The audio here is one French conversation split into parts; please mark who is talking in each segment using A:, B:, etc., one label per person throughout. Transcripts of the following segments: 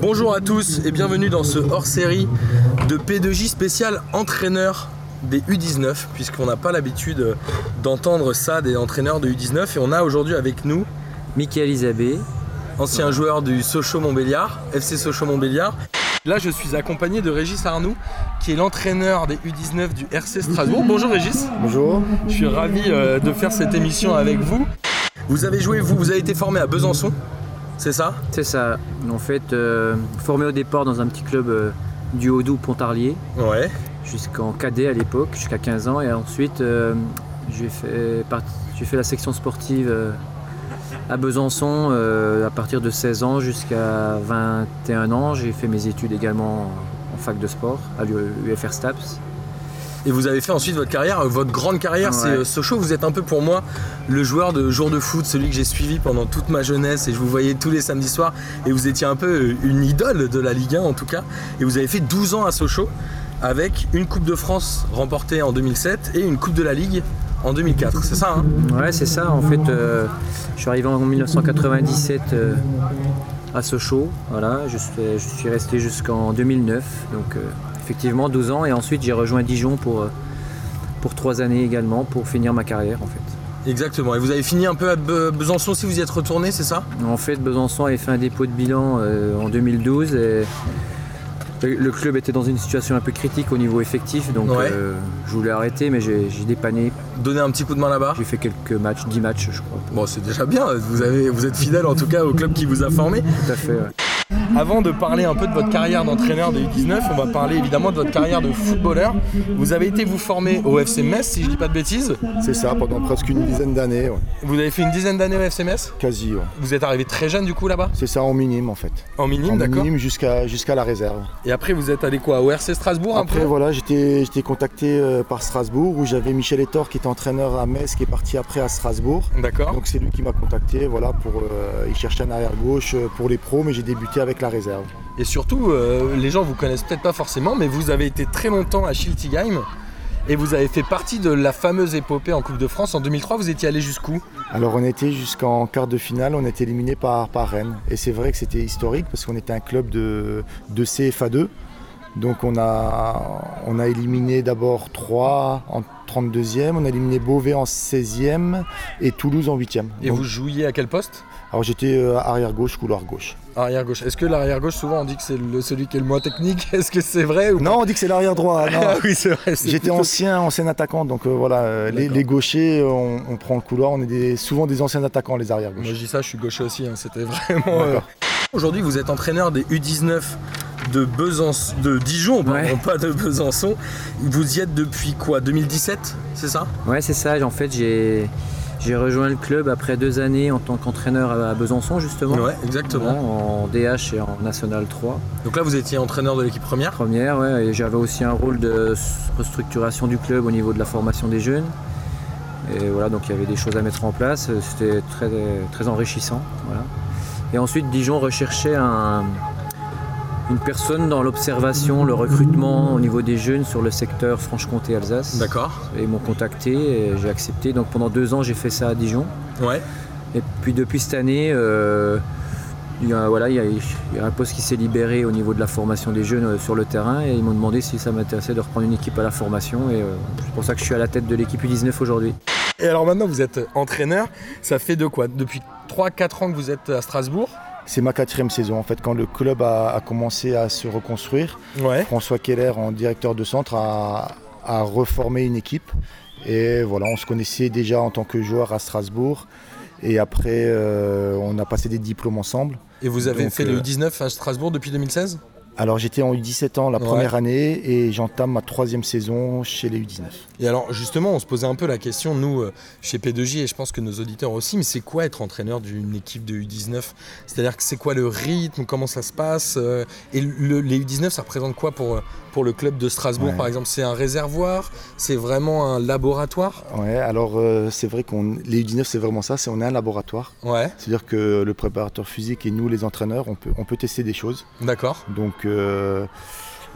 A: Bonjour à tous et bienvenue dans ce hors-série de P2J spécial entraîneur des U19 puisqu'on n'a pas l'habitude d'entendre ça des entraîneurs de U19 et on a aujourd'hui avec nous
B: Michael Isabé.
A: ancien joueur du Sochaux Montbéliard, FC Sochaux Montbéliard. Là je suis accompagné de Régis Arnoux qui est l'entraîneur des U19 du RC Strasbourg. Bonjour Régis.
C: Bonjour.
A: Je suis ravi euh, de faire cette émission avec vous. Vous avez joué, vous, vous avez été formé à Besançon, c'est ça
B: C'est ça. En fait, euh, formé au départ dans un petit club euh, du Haut-Doubs Pontarlier,
A: Ouais.
B: jusqu'en cadet à l'époque, jusqu'à 15 ans. Et ensuite, euh, j'ai fait, part- j'ai fait la section sportive euh, à Besançon euh, à partir de 16 ans jusqu'à 21 ans. J'ai fait mes études également en fac de sport à l'UFR STAPS.
A: Et vous avez fait ensuite votre carrière, euh, votre grande carrière, c'est
B: Ouais.
A: euh, Sochaux. Vous êtes un peu pour moi le joueur de jour de foot, celui que j'ai suivi pendant toute ma jeunesse et je vous voyais tous les samedis soirs. Et vous étiez un peu euh, une idole de la Ligue 1 en tout cas. Et vous avez fait 12 ans à Sochaux avec une Coupe de France remportée en 2007 et une Coupe de la Ligue en 2004. C'est ça, hein
B: Ouais, c'est ça. En fait, euh, je suis arrivé en 1997 euh, à Sochaux. Voilà, je suis, je suis resté jusqu'en 2009. Donc, euh, effectivement, 12 ans. Et ensuite, j'ai rejoint Dijon pour, euh, pour 3 années également, pour finir ma carrière, en fait.
A: Exactement. Et vous avez fini un peu à Be- Besançon si vous y êtes retourné, c'est ça
B: En fait, Besançon avait fait un dépôt de bilan euh, en 2012. Et le- le club était dans une situation un peu critique au niveau effectif. Donc,
A: Ouais.
B: euh, je voulais arrêter, mais j'ai j'ai dépanné.
A: Donner un petit coup de main là-bas
B: J'ai fait quelques matchs, 10 matchs, je crois.
A: Bon, c'est déjà bien, vous, avez, vous êtes fidèle en tout cas au club qui vous a formé.
B: Tout à fait. ouais.
A: Avant de parler un peu de votre carrière d'entraîneur de U19, on va parler évidemment de votre carrière de footballeur. Vous avez été vous former au FC Metz, si je dis pas de bêtises.
C: C'est ça, pendant presque une dizaine d'années, ouais.
A: Vous avez fait une dizaine d'années au FC Metz.
C: quasi. ouais.
A: Vous êtes arrivé très jeune du coup là-bas,
C: C'est ça en minime en fait.
A: en minime,
C: en
A: d'accord.
C: minime jusqu'à jusqu'à la réserve.
A: Et après vous êtes allé quoi au RC Strasbourg un
C: Après
A: peu
C: voilà, j'étais j'étais contacté euh, par Strasbourg où j'avais Michel Etor qui était entraîneur à Metz qui est parti après à Strasbourg.
A: D'accord.
C: Donc c'est lui qui m'a contacté, voilà, pour euh, il cherchait un arrière gauche pour les pros, mais j'ai débuté avec la réserve.
A: Et surtout, euh, les gens vous connaissent peut-être pas forcément, mais vous avez été très longtemps à Schiltigheim et vous avez fait partie de la fameuse épopée en Coupe de France. En 2003, vous étiez allé jusqu'où
C: Alors on était jusqu'en quart de finale, on était éliminé par, par Rennes. Et c'est vrai que c'était historique parce qu'on était un club de, de CFA2. Donc on a, on a éliminé d'abord 3 en 32e, on a éliminé Beauvais en 16e et Toulouse en 8e.
A: Et
C: Donc-
A: vous jouiez à quel poste
C: Alors j'étais euh, arrière gauche, couloir gauche.
A: Arrière gauche. Est-ce que l'arrière gauche, souvent, on dit que c'est le- celui qui est le moins technique Est-ce que c'est vrai ou...
C: Non, on dit que c'est l'arrière droit. non.
A: Ah oui, c'est vrai. c'est
C: J'étais
A: plutôt-
C: ancien, ancien attaquant, donc euh, voilà, euh, les,
A: D'accord.
C: les gauchers, euh, on, on prend le couloir, on est des- souvent des anciens attaquants, les arrières
A: Moi, je
C: gauches.
A: dis ça, je suis gaucher aussi. hein, C'était vraiment. euh,
C: D'accord.
A: Aujourd'hui, vous êtes entraîneur des U19 de Besançon, de Dijon, pardon,
B: Ouais.
A: pas de Besançon. Vous y êtes depuis quoi 2017, c'est ça
B: Ouais, c'est ça. En fait, j'ai j'ai rejoint le club après deux années en tant qu'entraîneur à Besançon, justement.
A: Ouais, exactement.
B: Voilà, en DH et en National 3,
A: Donc là, vous étiez entraîneur de l'équipe première.
B: première. ouais, et j'avais aussi un rôle de restructuration du club au niveau de la formation des jeunes. Et voilà, donc il y avait des choses à mettre en place. C'était très, très enrichissant. Voilà. Et ensuite, Dijon recherchait un- une personne dans l'observation, le recrutement au niveau des jeunes sur le secteur Franche-Comté-Alsace.
A: D'accord.
B: Et ils m'ont contacté et j'ai accepté. Donc pendant deux ans, j'ai fait ça à Dijon.
A: Ouais.
B: Et puis depuis cette année, euh, il y a- voilà, il y, a- il y a un poste qui s'est libéré au niveau de la formation des jeunes euh, sur le terrain et ils m'ont demandé si ça m'intéressait de reprendre une équipe à la formation. Et euh, c'est pour ça que je suis à la tête de l'équipe U19 aujourd'hui.
A: Et alors maintenant, vous êtes entraîneur. Ça fait de quoi Depuis 3-4 ans que vous êtes à Strasbourg.
C: C'est ma quatrième saison en fait, quand le club a- a commencé à se reconstruire.
A: Ouais.
C: François Keller, en directeur de centre, a, a reformé une équipe. Et voilà, on se connaissait déjà en tant que joueur à Strasbourg. Et après, euh, on a passé des diplômes ensemble.
A: Et vous avez
C: Donc,
A: fait le
C: euh,
A: U19 à Strasbourg depuis 2016
C: Alors j'étais en U17 ans la
A: Ouais.
C: première année et j'entame ma troisième saison chez les U19.
A: Et alors justement, on se posait un peu la question, nous, euh, chez P2J, et je pense que nos auditeurs aussi, mais c'est quoi être entraîneur d'une équipe de U19 C'est-à-dire que c'est quoi le rythme, comment ça se passe euh, Et le- les U19, ça représente quoi pour, euh, pour le club de Strasbourg,
C: Ouais.
A: par exemple C'est un réservoir C'est vraiment un laboratoire
C: Ouais, alors euh, c'est vrai qu'on les U19 c'est vraiment ça, c'est on est un laboratoire.
A: Ouais,
C: C'est-à-dire que le préparateur physique et nous les entraîneurs, on peut, on peut tester des choses.
A: d'accord.
C: Donc euh,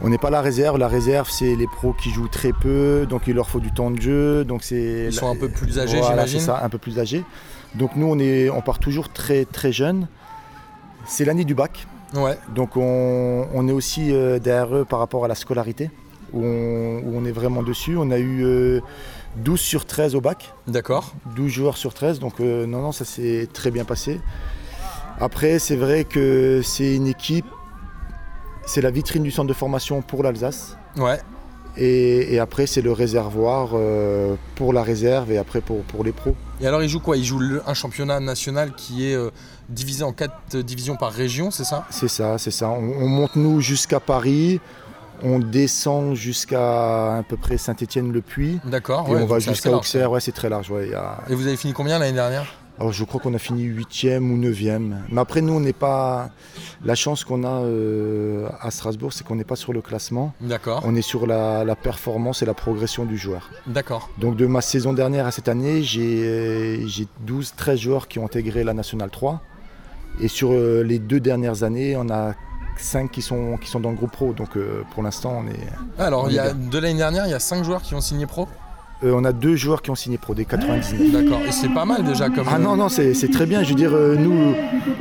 C: on n'est pas la réserve. La réserve, c'est les pros qui jouent très peu, donc il leur faut du temps de jeu. Donc c'est
A: Ils sont un peu plus âgés,
C: Voilà, c'est
A: j'imagine
C: ça, un peu plus âgés. Donc nous, on, est, on part toujours très très jeune. C'est l'année du bac. Ouais. Donc on, on est aussi euh, derrière eux par rapport à la scolarité, où on, où on est vraiment dessus. On a eu euh, 12 sur 13 au bac,
A: D'accord.
C: 12 joueurs sur 13, donc euh, non, non, ça s'est très bien passé. Après, c'est vrai que c'est une équipe, c'est la vitrine du centre de formation pour l'Alsace.
A: Ouais.
C: Et, et après, c'est le réservoir euh, pour la réserve et après pour, pour les pros.
A: Et alors, ils jouent quoi Ils jouent le- un championnat national qui est euh, divisé en quatre euh, divisions par région, c'est ça
C: C'est ça, c'est ça. On, on monte nous jusqu'à Paris, on descend jusqu'à à peu près Saint-Étienne-le-Puy.
A: D'accord.
C: Et
A: ouais,
C: on va
A: donc c'est assez
C: jusqu'à
A: large. hein.
C: Auxerre, ouais, c'est très large. ouais, il y a-
A: Et vous avez fini combien l'année dernière
C: Alors, je crois qu'on a fini 8e ou 9e. Mais après, nous, on n'est pas. La chance qu'on a euh, à Strasbourg, c'est qu'on n'est pas sur le classement.
A: D'accord.
C: On est sur la, la performance et la progression du joueur.
A: D'accord.
C: Donc, de ma saison dernière à cette année, j'ai euh, j'ai 12, 13 joueurs qui ont intégré la Nationale 3. Et sur euh, les deux dernières années, on a 5 qui sont, qui sont dans le groupe pro. Donc, euh, pour l'instant, on est.
A: Alors,
C: On
A: il y
C: est
A: a,
C: bien.
A: de l'année dernière, il y a 5 joueurs qui ont signé pro.
C: euh, on a deux joueurs qui ont signé pro, des 99.
A: D'accord. Et c'est pas mal déjà comme. euh,
C: Ah non, non, c'est c'est très bien. Je veux dire, euh, nous,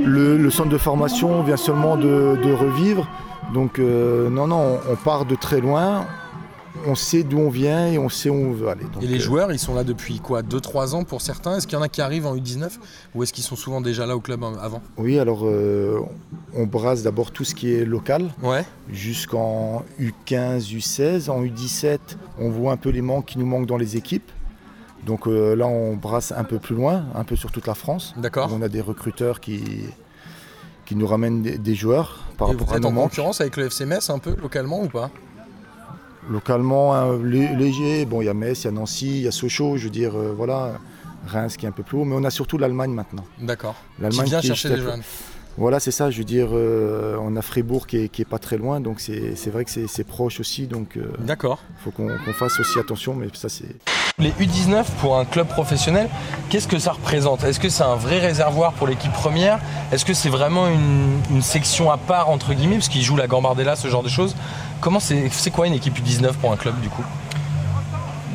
C: le, le centre de formation vient seulement de, de revivre. Donc, euh, non, non, on, on part de très loin. On sait d'où on vient et on sait où on veut aller. Donc,
A: Et les
C: euh,
A: joueurs, ils sont là depuis quoi 2-3 ans pour certains Est-ce qu'il y en a qui arrivent en U19 Ou est-ce qu'ils sont souvent déjà là au club euh, avant
C: Oui, alors, euh, on brasse d'abord tout ce qui est local
A: Ouais.
C: jusqu'en U15, U16. En U17, on voit un peu les manques qui nous manquent dans les équipes. Donc euh, là, on brasse un peu plus loin, un peu sur toute la France.
A: D'accord.
C: On a des recruteurs qui, qui nous ramènent des, des joueurs par
A: Et vous
C: rapport à
A: êtes
C: nos
A: en
C: manques.
A: concurrence avec le FC Metz un peu localement ou pas
C: Localement, hein, lé- léger. Bon, il y a Metz, il y a Nancy, il y a Sochaux, je veux dire, euh, voilà. Reims qui est un peu plus haut, mais on a surtout l'Allemagne maintenant.
A: D'accord. Qui
C: L'Allemagne
A: vient
C: est
A: chercher des
C: juste à côté.
A: jeunes.
C: Voilà, c'est ça, je veux dire, euh, on a Fribourg qui est, qui est pas très loin, donc c'est c'est vrai que c'est c'est proche aussi, donc euh,
A: D'accord.
C: faut qu'on qu'on fasse aussi attention, mais ça c'est...
A: Les U19 pour un club professionnel, qu'est-ce que ça représente Est-ce que c'est un vrai réservoir pour l'équipe première Est-ce que c'est vraiment une, une section à part entre guillemets parce qu'ils jouent la Gambardella, ce genre de choses Comment c'est c'est quoi une équipe U19 pour un club du coup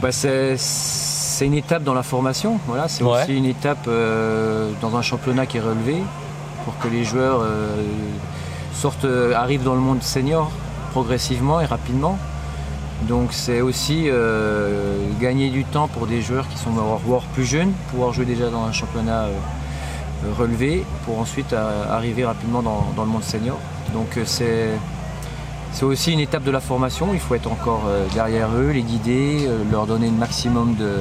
B: Bah, c'est- c'est une étape dans la formation. Voilà, c'est
A: Ouais.
B: aussi une étape euh, dans un championnat qui est relevé pour que les joueurs euh, sortent, euh, arrivent dans le monde senior progressivement et rapidement. Donc c'est aussi euh, gagner du temps pour des joueurs qui sont voire plus jeunes, pouvoir jouer déjà dans un championnat euh, relevé pour ensuite euh, arriver rapidement dans, dans le monde senior. Donc euh, c'est c'est aussi une étape de la formation, il faut être encore euh, derrière eux, les guider, euh, leur donner le maximum de,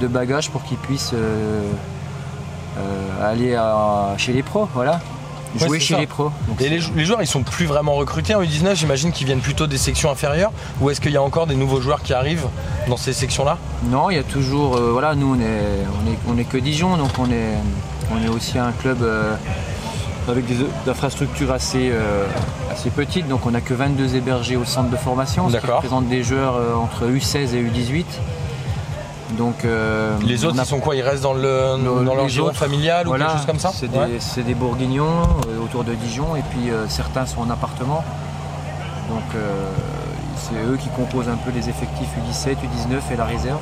B: de bagages pour qu'ils puissent euh, euh, aller à- chez les pros, voilà.
A: Ouais,
B: Jouer
A: c'est
B: chez
A: ça.
B: les pros. Donc,
A: Et les, jou- les joueurs ils sont plus vraiment recrutés en U19, j'imagine qu'ils viennent plutôt des sections inférieures ou est-ce qu'il y a encore des nouveaux joueurs qui arrivent dans ces sections là
B: Non, il y a toujours. euh, voilà, nous on est, on est, on est que Dijon, donc on est, on est aussi un club euh, avec des, des infrastructures assez, euh, assez petites. Donc on n'a que 22 hébergés au centre de formation, ce qui
A: D'accord.
B: représente des joueurs euh, entre U16 et U18. Donc euh,
A: Les autres
B: on a-
A: ils sont quoi Ils restent dans, le,
B: Le-
A: dans leur
B: les
A: giron
B: autres,
A: familial ou
B: voilà,
A: quelque chose comme ça
B: C'est
A: Ouais.
B: des, c'est des bourguignons euh, autour de Dijon et puis euh, certains sont en appartement. Donc euh, c'est eux qui composent un peu les effectifs U17, U19 et la réserve.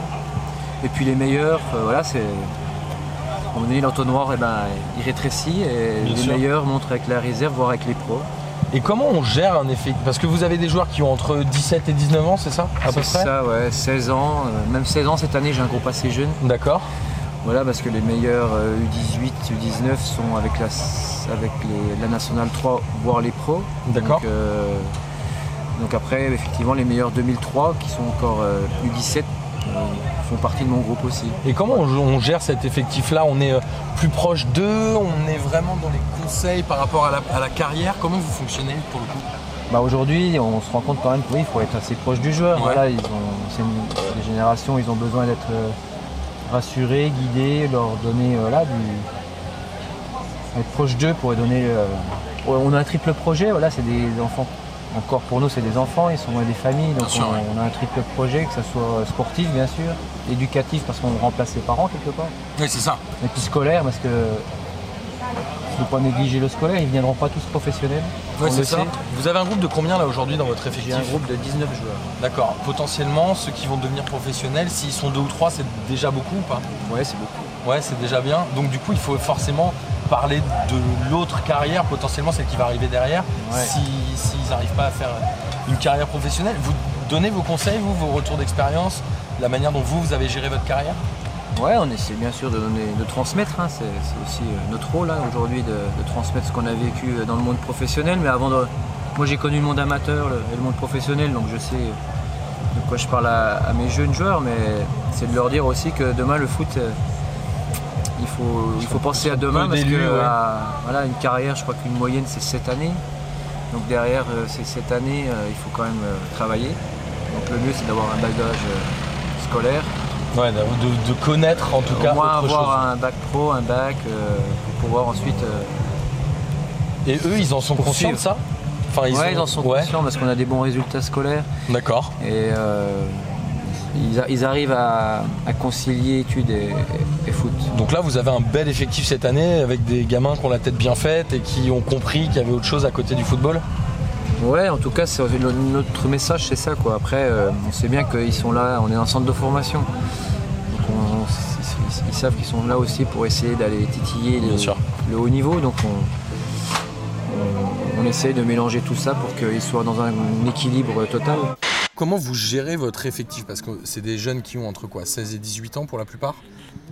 B: Et puis les meilleurs, euh, voilà, c'est. À un moment donné, l'entonnoir, eh ben, il rétrécit et
A: Bien
B: les
A: sûr.
B: meilleurs montrent avec la réserve, voire avec les pros.
A: Et comment on gère un effet Parce que vous avez des joueurs qui ont entre 17 et 19 ans, c'est ça À peu
B: C'est
A: près
B: ça, ouais, 16 ans, euh, même 16 ans cette année, j'ai un groupe assez jeune.
A: D'accord.
B: Voilà, parce que les meilleurs euh, U18, U19 sont avec la, avec les- la Nationale 3, voire les pros.
A: D'accord.
B: Donc, euh, donc après, effectivement, les meilleurs 2003, qui sont encore euh, U17, euh, font partie de mon groupe aussi.
A: Et comment on, on gère cet effectif-là On est euh, plus proche d'eux On est vraiment dans les conseils par rapport à la, à la carrière Comment vous fonctionnez pour le coup
B: Bah aujourd'hui, on se rend compte quand même qu'il faut être assez proche du joueur.
A: Ouais.
B: Voilà, ils ont, c'est une- les générations, ils ont besoin d'être euh, rassurés, guidés, leur donner, euh, voilà, du, être proche d'eux pour leur donner. euh, ouais, on a un triple projet, voilà, c'est des enfants. Encore pour nous, c'est des enfants, ils sont loin des familles,
A: Bien
B: donc
A: sûr,
B: on,
A: ouais.
B: on a un triple projet, que ce soit euh, sportif bien sûr, éducatif parce qu'on remplace les parents quelque part,
A: Oui, c'est ça.
B: et puis scolaire parce que il ne faut pas négliger le scolaire, ils ne viendront pas tous professionnels. on le sait.
A: Vous avez un groupe de combien là aujourd'hui dans votre
B: J'ai
A: effectif
B: un groupe de 19 joueurs.
A: D'accord. Potentiellement, ceux qui vont devenir professionnels, s'ils sont deux ou trois, c'est déjà beaucoup ou pas
B: Ouais, c'est beaucoup.
A: Ouais, c'est déjà bien. Donc du coup, il faut forcément parler de l'autre carrière, potentiellement celle qui va arriver derrière, si- s'ils n'arrivent pas à faire une carrière professionnelle. Vous donnez vos conseils, vous, vos retours d'expérience, la manière dont vous, vous avez géré votre carrière
B: Ouais, on essaie bien sûr de, donner, de transmettre, hein, c'est c'est aussi euh, notre rôle hein, aujourd'hui de, de transmettre ce qu'on a vécu euh, dans le monde professionnel. Mais avant de. Moi j'ai connu le monde amateur le- et le monde professionnel, donc je sais euh, de quoi je parle à, à mes jeunes joueurs, mais c'est de leur dire aussi que demain le foot, euh, il faut, il faut penser à demain parce que
A: d'élus, ouais.
B: à- voilà, une carrière, je crois qu'une moyenne c'est 7 années. Donc derrière euh, ces 7 années, euh, il faut quand même euh, travailler. Donc le mieux c'est d'avoir un bagage euh, scolaire
A: Ouais, de, de- de connaître en tout cas
B: au moins
A: autre chose.
B: avoir un bac pro, un bac, euh, pour pouvoir ensuite. euh,
A: Et eux, ils en sont conscients de
B: poursuivre.
A: ça Enfin,
B: ouais, ils
A: Ah, ont-
B: en sont
A: ouais,
B: conscients parce qu'on a des bons résultats scolaires
A: D'accord.
B: et euh, ils, a- ils arrivent à, à concilier études et, et- et foot.
A: Donc là, vous avez un bel effectif cette année avec des gamins qui ont la tête bien faite et qui ont compris qu'il y avait autre chose à côté du football.
B: Ouais, en tout cas, c'est- le- notre message c'est ça quoi. Après, euh, on sait bien qu'ils sont là, on est un centre de formation. Donc on- on- ils, ils- ils savent qu'ils sont là aussi pour essayer d'aller titiller
A: Bien
B: le,
A: sûr.
B: le haut niveau. Donc on, on, on essaye de mélanger tout ça pour qu'ils soient dans un équilibre total.
A: Comment vous gérez votre effectif Parce que c'est des jeunes qui ont entre quoi 16 et 18 ans pour la plupart.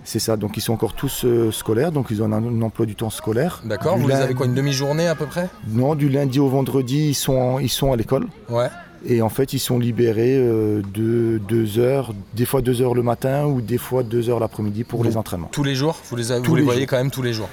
C: C'est ça, donc ils sont encore tous euh, scolaires, donc ils ont un, un emploi du temps scolaire.
A: D'accord
C: Du
A: Vous les
C: lin-
A: avez quoi Une demi-journée à peu près
C: Non, du lundi au vendredi, ils sont, en- ils sont à l'école.
A: Ouais.
C: Et en fait, ils sont libérés euh, de 2 heures, des fois 2 heures le matin ou des fois 2 heures l'après-midi pour
A: Donc,
C: les entraînements.
A: Tous les jours Vous les, avez-
C: Tous
A: vous les
C: les
A: voyez
C: jours.
A: quand même tous les jours.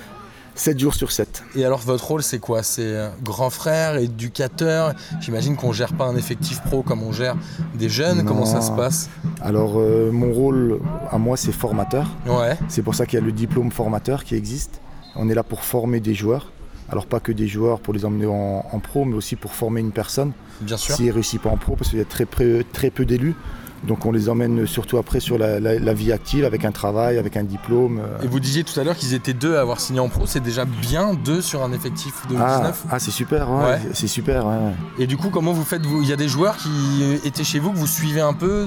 C: 7 jours sur 7.
A: Et alors, votre rôle, c'est quoi C'est euh, grand frère, éducateur J'imagine qu'on gère pas un effectif pro comme on gère des jeunes. Comment ça
C: Non.
A: se passe
C: Alors, euh, mon rôle à moi, c'est formateur.
A: Ouais.
C: C'est pour ça qu'il y a le diplôme formateur qui existe. On est là pour former des joueurs. Alors, pas que des joueurs pour les emmener en, en pro, mais aussi pour former une personne
A: Bien sûr.
C: s'il ne réussit pas en pro, parce qu'il y a très, peu- très peu d'élus. Donc, on les emmène surtout après sur la, la- la vie active, avec un travail, avec un diplôme. euh,
A: Et vous disiez tout à l'heure qu'ils étaient deux à avoir signé en pro, c'est déjà bien deux sur un effectif de
C: Ah,
A: 19.
C: ah, c'est super, ouais,
A: Ouais.
C: c'est super. ouais, ouais.
A: Et du coup, comment vous faites vous- Il y a des joueurs qui étaient chez vous, que vous suivez un peu,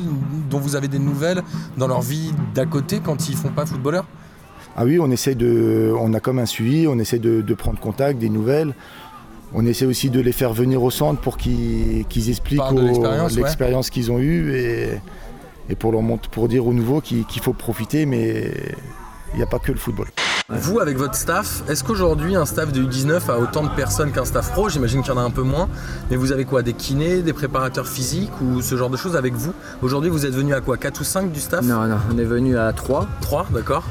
A: dont vous avez des nouvelles dans leur vie d'à côté quand ils font pas footballeur
C: Ah oui, on essaie de, on a comme un suivi, on essaie de, de prendre contact, des nouvelles. On essaie aussi de les faire venir au centre pour qu'ils qu'ils expliquent
A: Parle de
C: aux-
A: l'expérience, ouais.
C: l'expérience qu'ils ont eue et, et pour, leur mont- pour dire aux nouveaux qu'il qu'il faut profiter, mais il n'y a pas que le football.
A: Vous, avec votre staff, est-ce qu'aujourd'hui un staff de U19 a autant de personnes qu'un staff pro J'imagine qu'il y en a un peu moins. Mais vous avez quoi Des kinés, des préparateurs physiques ou ce genre de choses avec vous Aujourd'hui, vous êtes venu à quoi 4 ou 5 du staff
B: Non, non, on est venu à 3.
A: 3, d'accord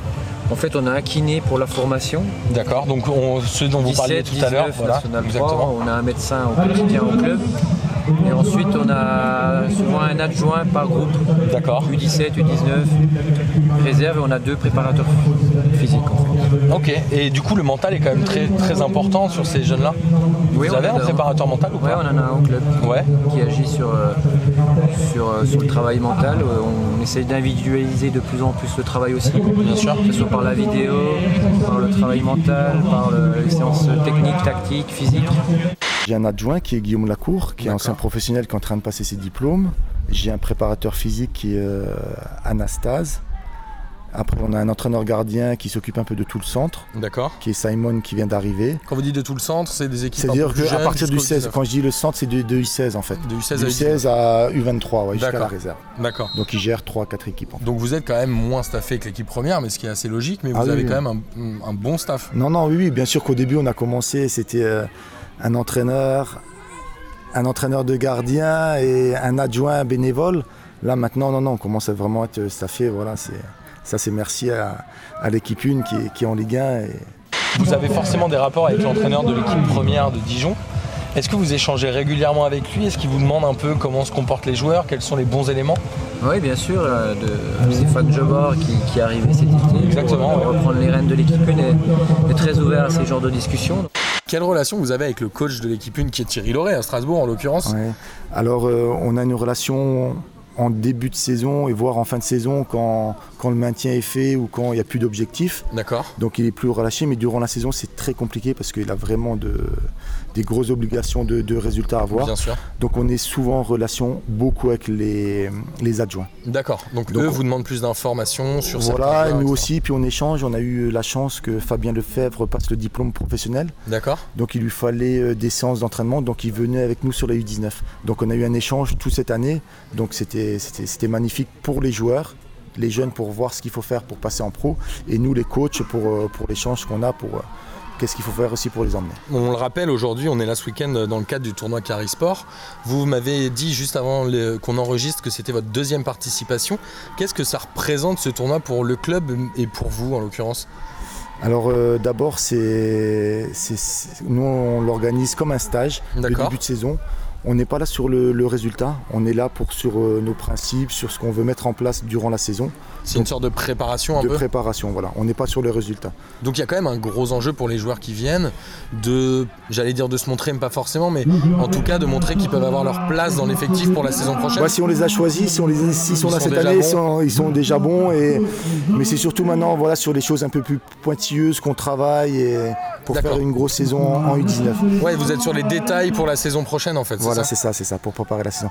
B: En fait, on a un kiné pour la formation.
A: D'accord, donc ceux dont
B: 17, 19, National 3. On a un médecin au quotidien au club. Et ensuite, on a souvent un adjoint par groupe.
A: D'accord.
B: U17, U19, réserve. Et on a deux préparateurs physiques. en fait.
A: Ok, et du coup le mental est quand même très très important sur ces jeunes-là. Vous
B: Oui, on
A: avez
B: a
A: un
B: de-
A: préparateur mental ou
B: Ouais,
A: pas
B: on en a un au club
A: Ouais.
B: qui agit sur, euh, sur, euh, sur le travail mental. Euh, On essaye d'individualiser de plus en plus le travail aussi. Bien
A: sûr.
B: Que ce soit par la vidéo, par le travail mental, par le- les séances techniques, tactiques, physiques.
C: J'ai un adjoint qui est Guillaume Lacour, qui est ancien professionnel qui est en train de passer ses diplômes. J'ai un préparateur physique qui est euh, Anastase. Après, on a un entraîneur gardien qui s'occupe un peu de tout le centre,
A: D'accord.
C: qui est Simon qui vient d'arriver.
A: Quand vous dites de tout le centre, c'est des équipes. un
C: C'est-à-dire
A: peu plus
C: qu'à
A: jeunes
C: partir du
A: jusqu'au
C: 16,
A: 19.
C: quand je dis le centre, c'est de, de U16 en fait.
A: De U16
C: Du
A: à U16.
C: 16 à U23, ouais, jusqu'à la
A: D'accord.
C: réserve.
A: D'accord.
C: Donc ils gèrent 3-4 équipes. en fait.
A: Donc vous êtes quand même moins staffé que l'équipe première, mais ce qui est assez logique, mais vous
C: Ah oui,
A: avez
C: oui.
A: quand même un, un bon staff.
C: Non, non, oui, oui, bien sûr qu'au début on a commencé, c'était euh, un entraîneur, un entraîneur de gardien et un adjoint bénévole. Là maintenant, non, non, on commence à vraiment être staffé. Voilà, c'est, ça c'est merci à, à l'équipe 1 qui, est- qui est en Ligue 1. Et,
A: Vous avez forcément des rapports avec l'entraîneur de l'équipe première de Dijon. Est-ce que vous échangez régulièrement avec lui Est-ce qu'il vous demande un peu comment se comportent les joueurs Quels sont les bons éléments
B: Oui, bien sûr, euh, de Stéphane Jobor qui, qui est arrivé cet été pour,
A: Exactement,
B: euh,
A: ouais.
B: reprendre les rênes de l'équipe une est, est très ouvert à ces genres de discussions.
A: Quelle relation vous avez avec le coach de l'équipe 1 qui est Thierry Lauré à Strasbourg en l'occurrence
C: Ouais. Alors, euh, on a une relation en début de saison et voire en fin de saison quand, quand le maintien est fait ou quand il n'y a plus d'objectif.
A: D'accord.
C: Donc il est plus relâché, mais durant la saison c'est très compliqué parce qu'il a vraiment de, des grosses obligations de, de résultats à avoir.
A: Bien sûr.
C: Donc on est souvent en relation beaucoup avec les, les adjoints.
A: D'accord. Donc,
C: Donc,
A: eux
C: on-
A: vous demandent plus d'informations sur cette
C: voilà, et
A: carrière,
C: nous
A: etc.
C: aussi, puis on échange, on a eu la chance que Fabien Lefebvre passe le diplôme professionnel.
A: D'accord.
C: Donc il lui fallait euh, des séances d'entraînement, donc il venait avec nous sur la U19. Donc on a eu un échange toute cette année, donc c'était c'était- c'était magnifique pour les joueurs, les jeunes pour voir ce qu'il faut faire pour passer en pro, et nous les coachs pour, euh, pour l'échange qu'on a pour euh, qu'est-ce qu'il faut faire aussi pour les emmener.
A: On le rappelle aujourd'hui, on est là ce week-end dans le cadre du tournoi Carisport. Vous m'avez dit juste avant le- qu'on enregistre que c'était votre deuxième participation. Qu'est-ce que ça représente ce tournoi pour le club et pour vous en l'occurrence
C: Alors euh, d'abord, c'est c'est- c'est- nous on l'organise comme un stage, le
A: D'accord.
C: début de saison. On n'est pas là sur le, le résultat, on est là pour sur euh, nos principes, sur ce qu'on veut mettre en place durant la saison,
A: C'est une sorte de préparation un
C: de
A: peu.
C: préparation. Voilà, on n'est pas sur le résultat.
A: Donc il y a quand même un gros enjeu pour les joueurs qui viennent de, j'allais dire de se montrer, mais pas forcément, mais en tout cas de montrer qu'ils peuvent avoir leur place dans l'effectif pour la saison prochaine.
C: Bah, si on les a choisis, si on les a- s'ils sont
A: Ils
C: là
A: sont
C: cette
A: déjà
C: année,
A: bons.
C: ils sont, ils sont déjà bons. Et, mais c'est surtout maintenant voilà, sur les choses un peu plus pointilleuses qu'on travaille et pour
A: D'accord.
C: faire une grosse saison en, en U19.
A: Ouais, vous êtes sur les détails pour la saison prochaine en fait. c'est
C: Voilà,
A: ça
C: c'est ça, c'est ça, pour préparer la saison.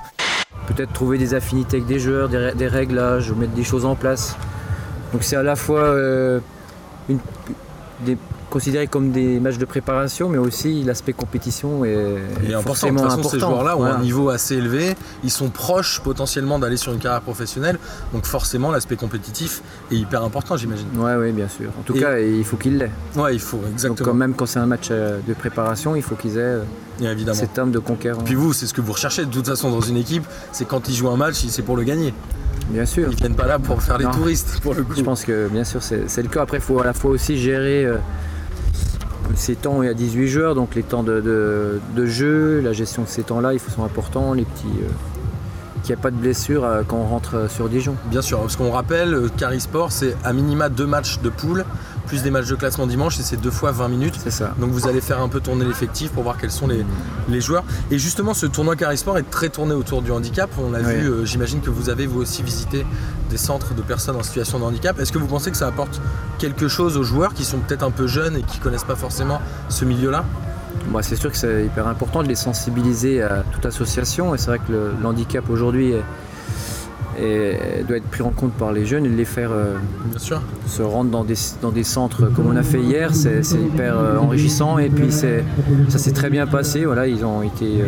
B: peut-être trouver des affinités avec des joueurs, des, ré- des réglages, ou mettre des choses en place. Donc c'est à la fois euh, une- des- considéré comme des matchs de préparation, mais aussi l'aspect compétition est,
A: Il est important. De
B: forcément
A: toute façon, ces
B: important.
A: joueurs-là ont
B: Voilà.
A: un niveau assez élevé. Ils sont proches potentiellement d'aller sur une carrière professionnelle. Donc forcément, l'aspect compétitif est hyper important, j'imagine.
B: Ouais, ouais, bien sûr. En tout
A: Et-
B: cas, il faut qu'ils l'aient.
A: Ouais, il faut
B: Donc quand
A: exactement.
B: même quand c'est un match euh, de préparation, il faut qu'ils aient euh,
A: Et évidemment.
B: cette arme de conquérant.
A: Puis vous, c'est ce que vous recherchez de toute façon dans une équipe, c'est quand ils jouent un match, c'est pour le gagner.
B: Bien sûr.
A: Ils viennent pas là pour faire les
B: Non.
A: touristes, pour le coup.
B: Je pense que bien sûr c'est c'est le cas. Après, il faut à la fois aussi gérer euh, ces temps où il y a 18 joueurs, donc les temps de, de- de jeu, la gestion de ces temps-là, ils sont importants, les petits. euh, qu'il n'y a pas de blessure euh, quand on rentre euh, sur Dijon.
A: Bien sûr, parce qu'on rappelle, euh, Carisport, c'est à minima deux matchs de poule, plus des matchs de classement dimanche, et c'est deux fois 20 minutes.
B: C'est ça.
A: Donc vous allez faire un peu tourner l'effectif pour voir quels sont les, les joueurs. Et justement, ce tournoi Carisport est très tourné autour du handicap. On l'a
B: Oui.
A: vu, euh, j'imagine que vous avez vous aussi visité des centres de personnes en situation de handicap. Est-ce que vous pensez que ça apporte quelque chose aux joueurs qui sont peut-être un peu jeunes et qui connaissent pas forcément ce milieu-là
B: Bon, c'est sûr que c'est hyper important de les sensibiliser à toute association. Et c'est vrai que le- l'handicap aujourd'hui est- est- doit être pris en compte par les jeunes et de les faire euh,
A: Bien sûr.
B: se rendre dans des, dans des centres comme on a fait hier, c'est c'est hyper euh, enrichissant et puis c'est- ça s'est très bien passé. Voilà, ils ont été euh,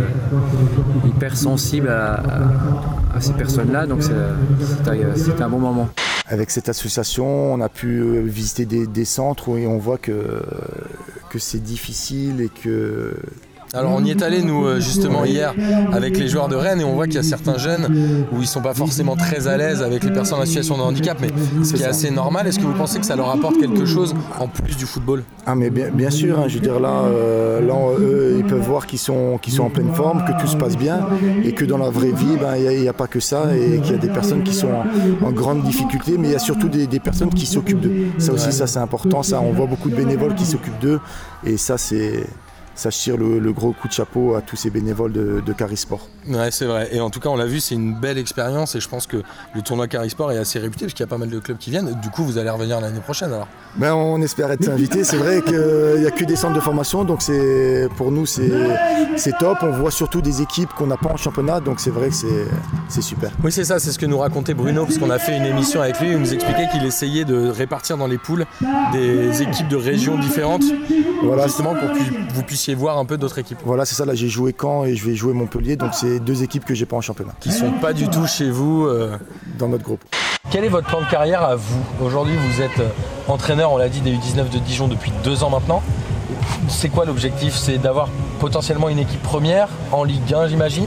B: hyper sensibles à, à- à ces personnes-là, donc c'est- c'est un- c'est un bon moment.
C: Avec cette association, on a pu euh, visiter des, des centres où- et on voit que, que c'est difficile et que
A: Alors on y est allé nous euh, justement hier avec les joueurs de Rennes et on voit qu'il y a certains jeunes où ils sont pas forcément très à l'aise avec les personnes en situation de handicap mais ce qui est
C: ça.
A: assez normal. Est-ce que vous pensez que ça leur apporte quelque chose en plus du football
C: Ah mais bien, bien sûr, hein, je veux dire là, euh, là on- eux, ils peuvent voir qu'ils sont, qu'ils sont en pleine forme, que tout se passe bien et que dans la vraie vie, ben, il n'y a, il y a pas que ça et qu'il y a des personnes qui sont en, en grande difficulté, mais il y a surtout des, des personnes qui s'occupent d'eux. Ça aussi, ça c'est important, ça on voit beaucoup de bénévoles qui s'occupent d'eux et ça c'est... Ça je tire le, le gros coup de chapeau à tous ces bénévoles de, de Carisport.
A: Ouais, c'est vrai. Et en tout cas, on l'a vu, c'est une belle expérience. Et je pense que le tournoi Carisport est assez réputé parce qu'il y a pas mal de clubs qui viennent. Du coup, vous allez revenir l'année prochaine alors.
C: Ben, on espère être invité. C'est vrai qu'il n'y a que des centres de formation, donc c'est pour nous c'est c'est top. On voit surtout des équipes qu'on n'a pas en championnat, donc c'est vrai que c'est- c'est super.
A: Oui, c'est ça, c'est ce que nous racontait Bruno, parce qu'on a fait une émission avec lui. Il nous expliquait qu'il essayait de répartir dans les poules des équipes de régions différentes,
C: Voilà,
A: justement pour que vous puissiez voir un peu d'autres équipes
C: Voilà, c'est ça. Là, j'ai joué Caen et je vais jouer Montpellier. Donc, c'est deux équipes que j'ai pas en championnat
A: qui sont pas du tout chez vous. euh.
C: dans notre groupe.
A: Quel est votre plan de carrière à vous Aujourd'hui, vous êtes euh, entraîneur, on l'a dit, des U19 de Dijon depuis deux ans maintenant. C'est quoi l'objectif C'est d'avoir potentiellement une équipe première en Ligue 1, j'imagine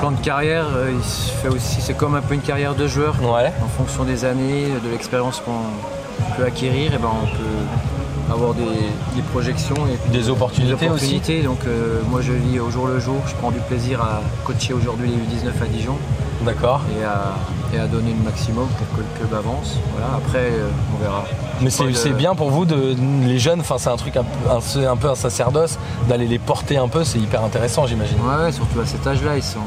B: plan de carrière, euh, il se fait aussi, c'est comme un peu une carrière de joueur.
A: Ouais.
B: En fonction des années, de l'expérience qu'on peut acquérir, et ben on peut avoir des, des projections et puis
A: Des opportunités aussi.
B: opportunités. Donc euh, moi je vis au jour le jour, je prends du plaisir à coacher aujourd'hui les U19 à Dijon
A: D'accord.
B: et à, et à donner le maximum pour que le club avance. Voilà. Après euh, on verra. euh,
A: Mais
B: Je crois
A: c'est
B: que-
A: c'est bien pour vous, de, les jeunes, enfin c'est un truc un, peu- un- c'est un peu un sacerdoce, d'aller les porter un peu, c'est hyper intéressant j'imagine.
B: Ouais, ouais, surtout à cet âge-là, ils sont.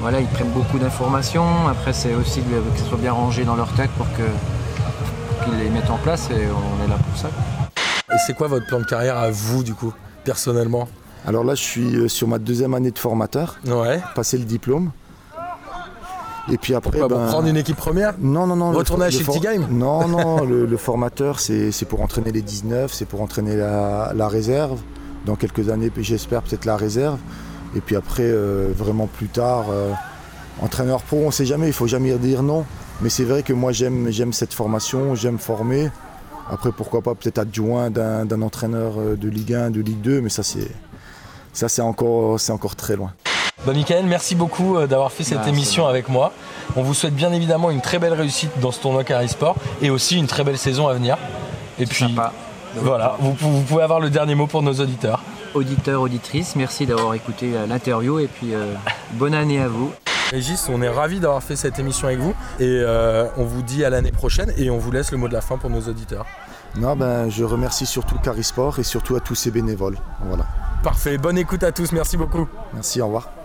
B: voilà, ils prennent beaucoup d'informations. Après, c'est aussi de- que ce soit bien rangé dans leur tête pour que pour qu'ils les mettent en place et on est là pour ça.
A: Et c'est quoi votre plan de carrière à vous, du coup, personnellement
C: Alors là, je suis euh, sur ma deuxième année de formateur,
A: Ouais.
C: passer le diplôme. Et puis après,
A: Quoi,
C: ben,
A: Pour prendre une équipe première
C: Non, non, non. le
A: Retourner
C: for-
A: à
C: le
A: Shifty
C: for-
A: Game
C: Non, non, le, le formateur, c'est c'est pour entraîner les 19, c'est pour entraîner la, la réserve. Dans quelques années, j'espère peut-être la réserve. Et puis après, euh, vraiment plus tard, euh, entraîneur pro, on ne sait jamais, il faut jamais dire non. Mais c'est vrai que moi, j'aime j'aime cette formation, j'aime former. Après, pourquoi pas peut-être adjoint d'un d'un entraîneur euh, de Ligue 1, de Ligue 2, mais ça, c'est ça, c'est encore, c'est encore très loin.
A: Bah Michael, merci beaucoup euh, d'avoir fait cette
B: Bah, c'est
A: émission avec moi. On vous souhaite bien évidemment une très belle réussite dans ce tournoi Carisport et aussi une très belle saison à venir. Et puis
B: Sympa.
A: voilà, vous, pou- vous pouvez avoir le dernier mot pour nos auditeurs.
B: Auditeurs, auditrices, merci d'avoir écouté euh, l'interview et puis euh, bonne année à vous.
A: Régis, on est ravi d'avoir fait cette émission avec vous et euh, on vous dit à l'année prochaine et on vous laisse le mot de la fin pour nos auditeurs.
C: Non, ben, je remercie surtout Carisport et surtout à tous ces bénévoles. Voilà.
A: Parfait, bonne écoute à tous, merci beaucoup.
C: Merci, au revoir.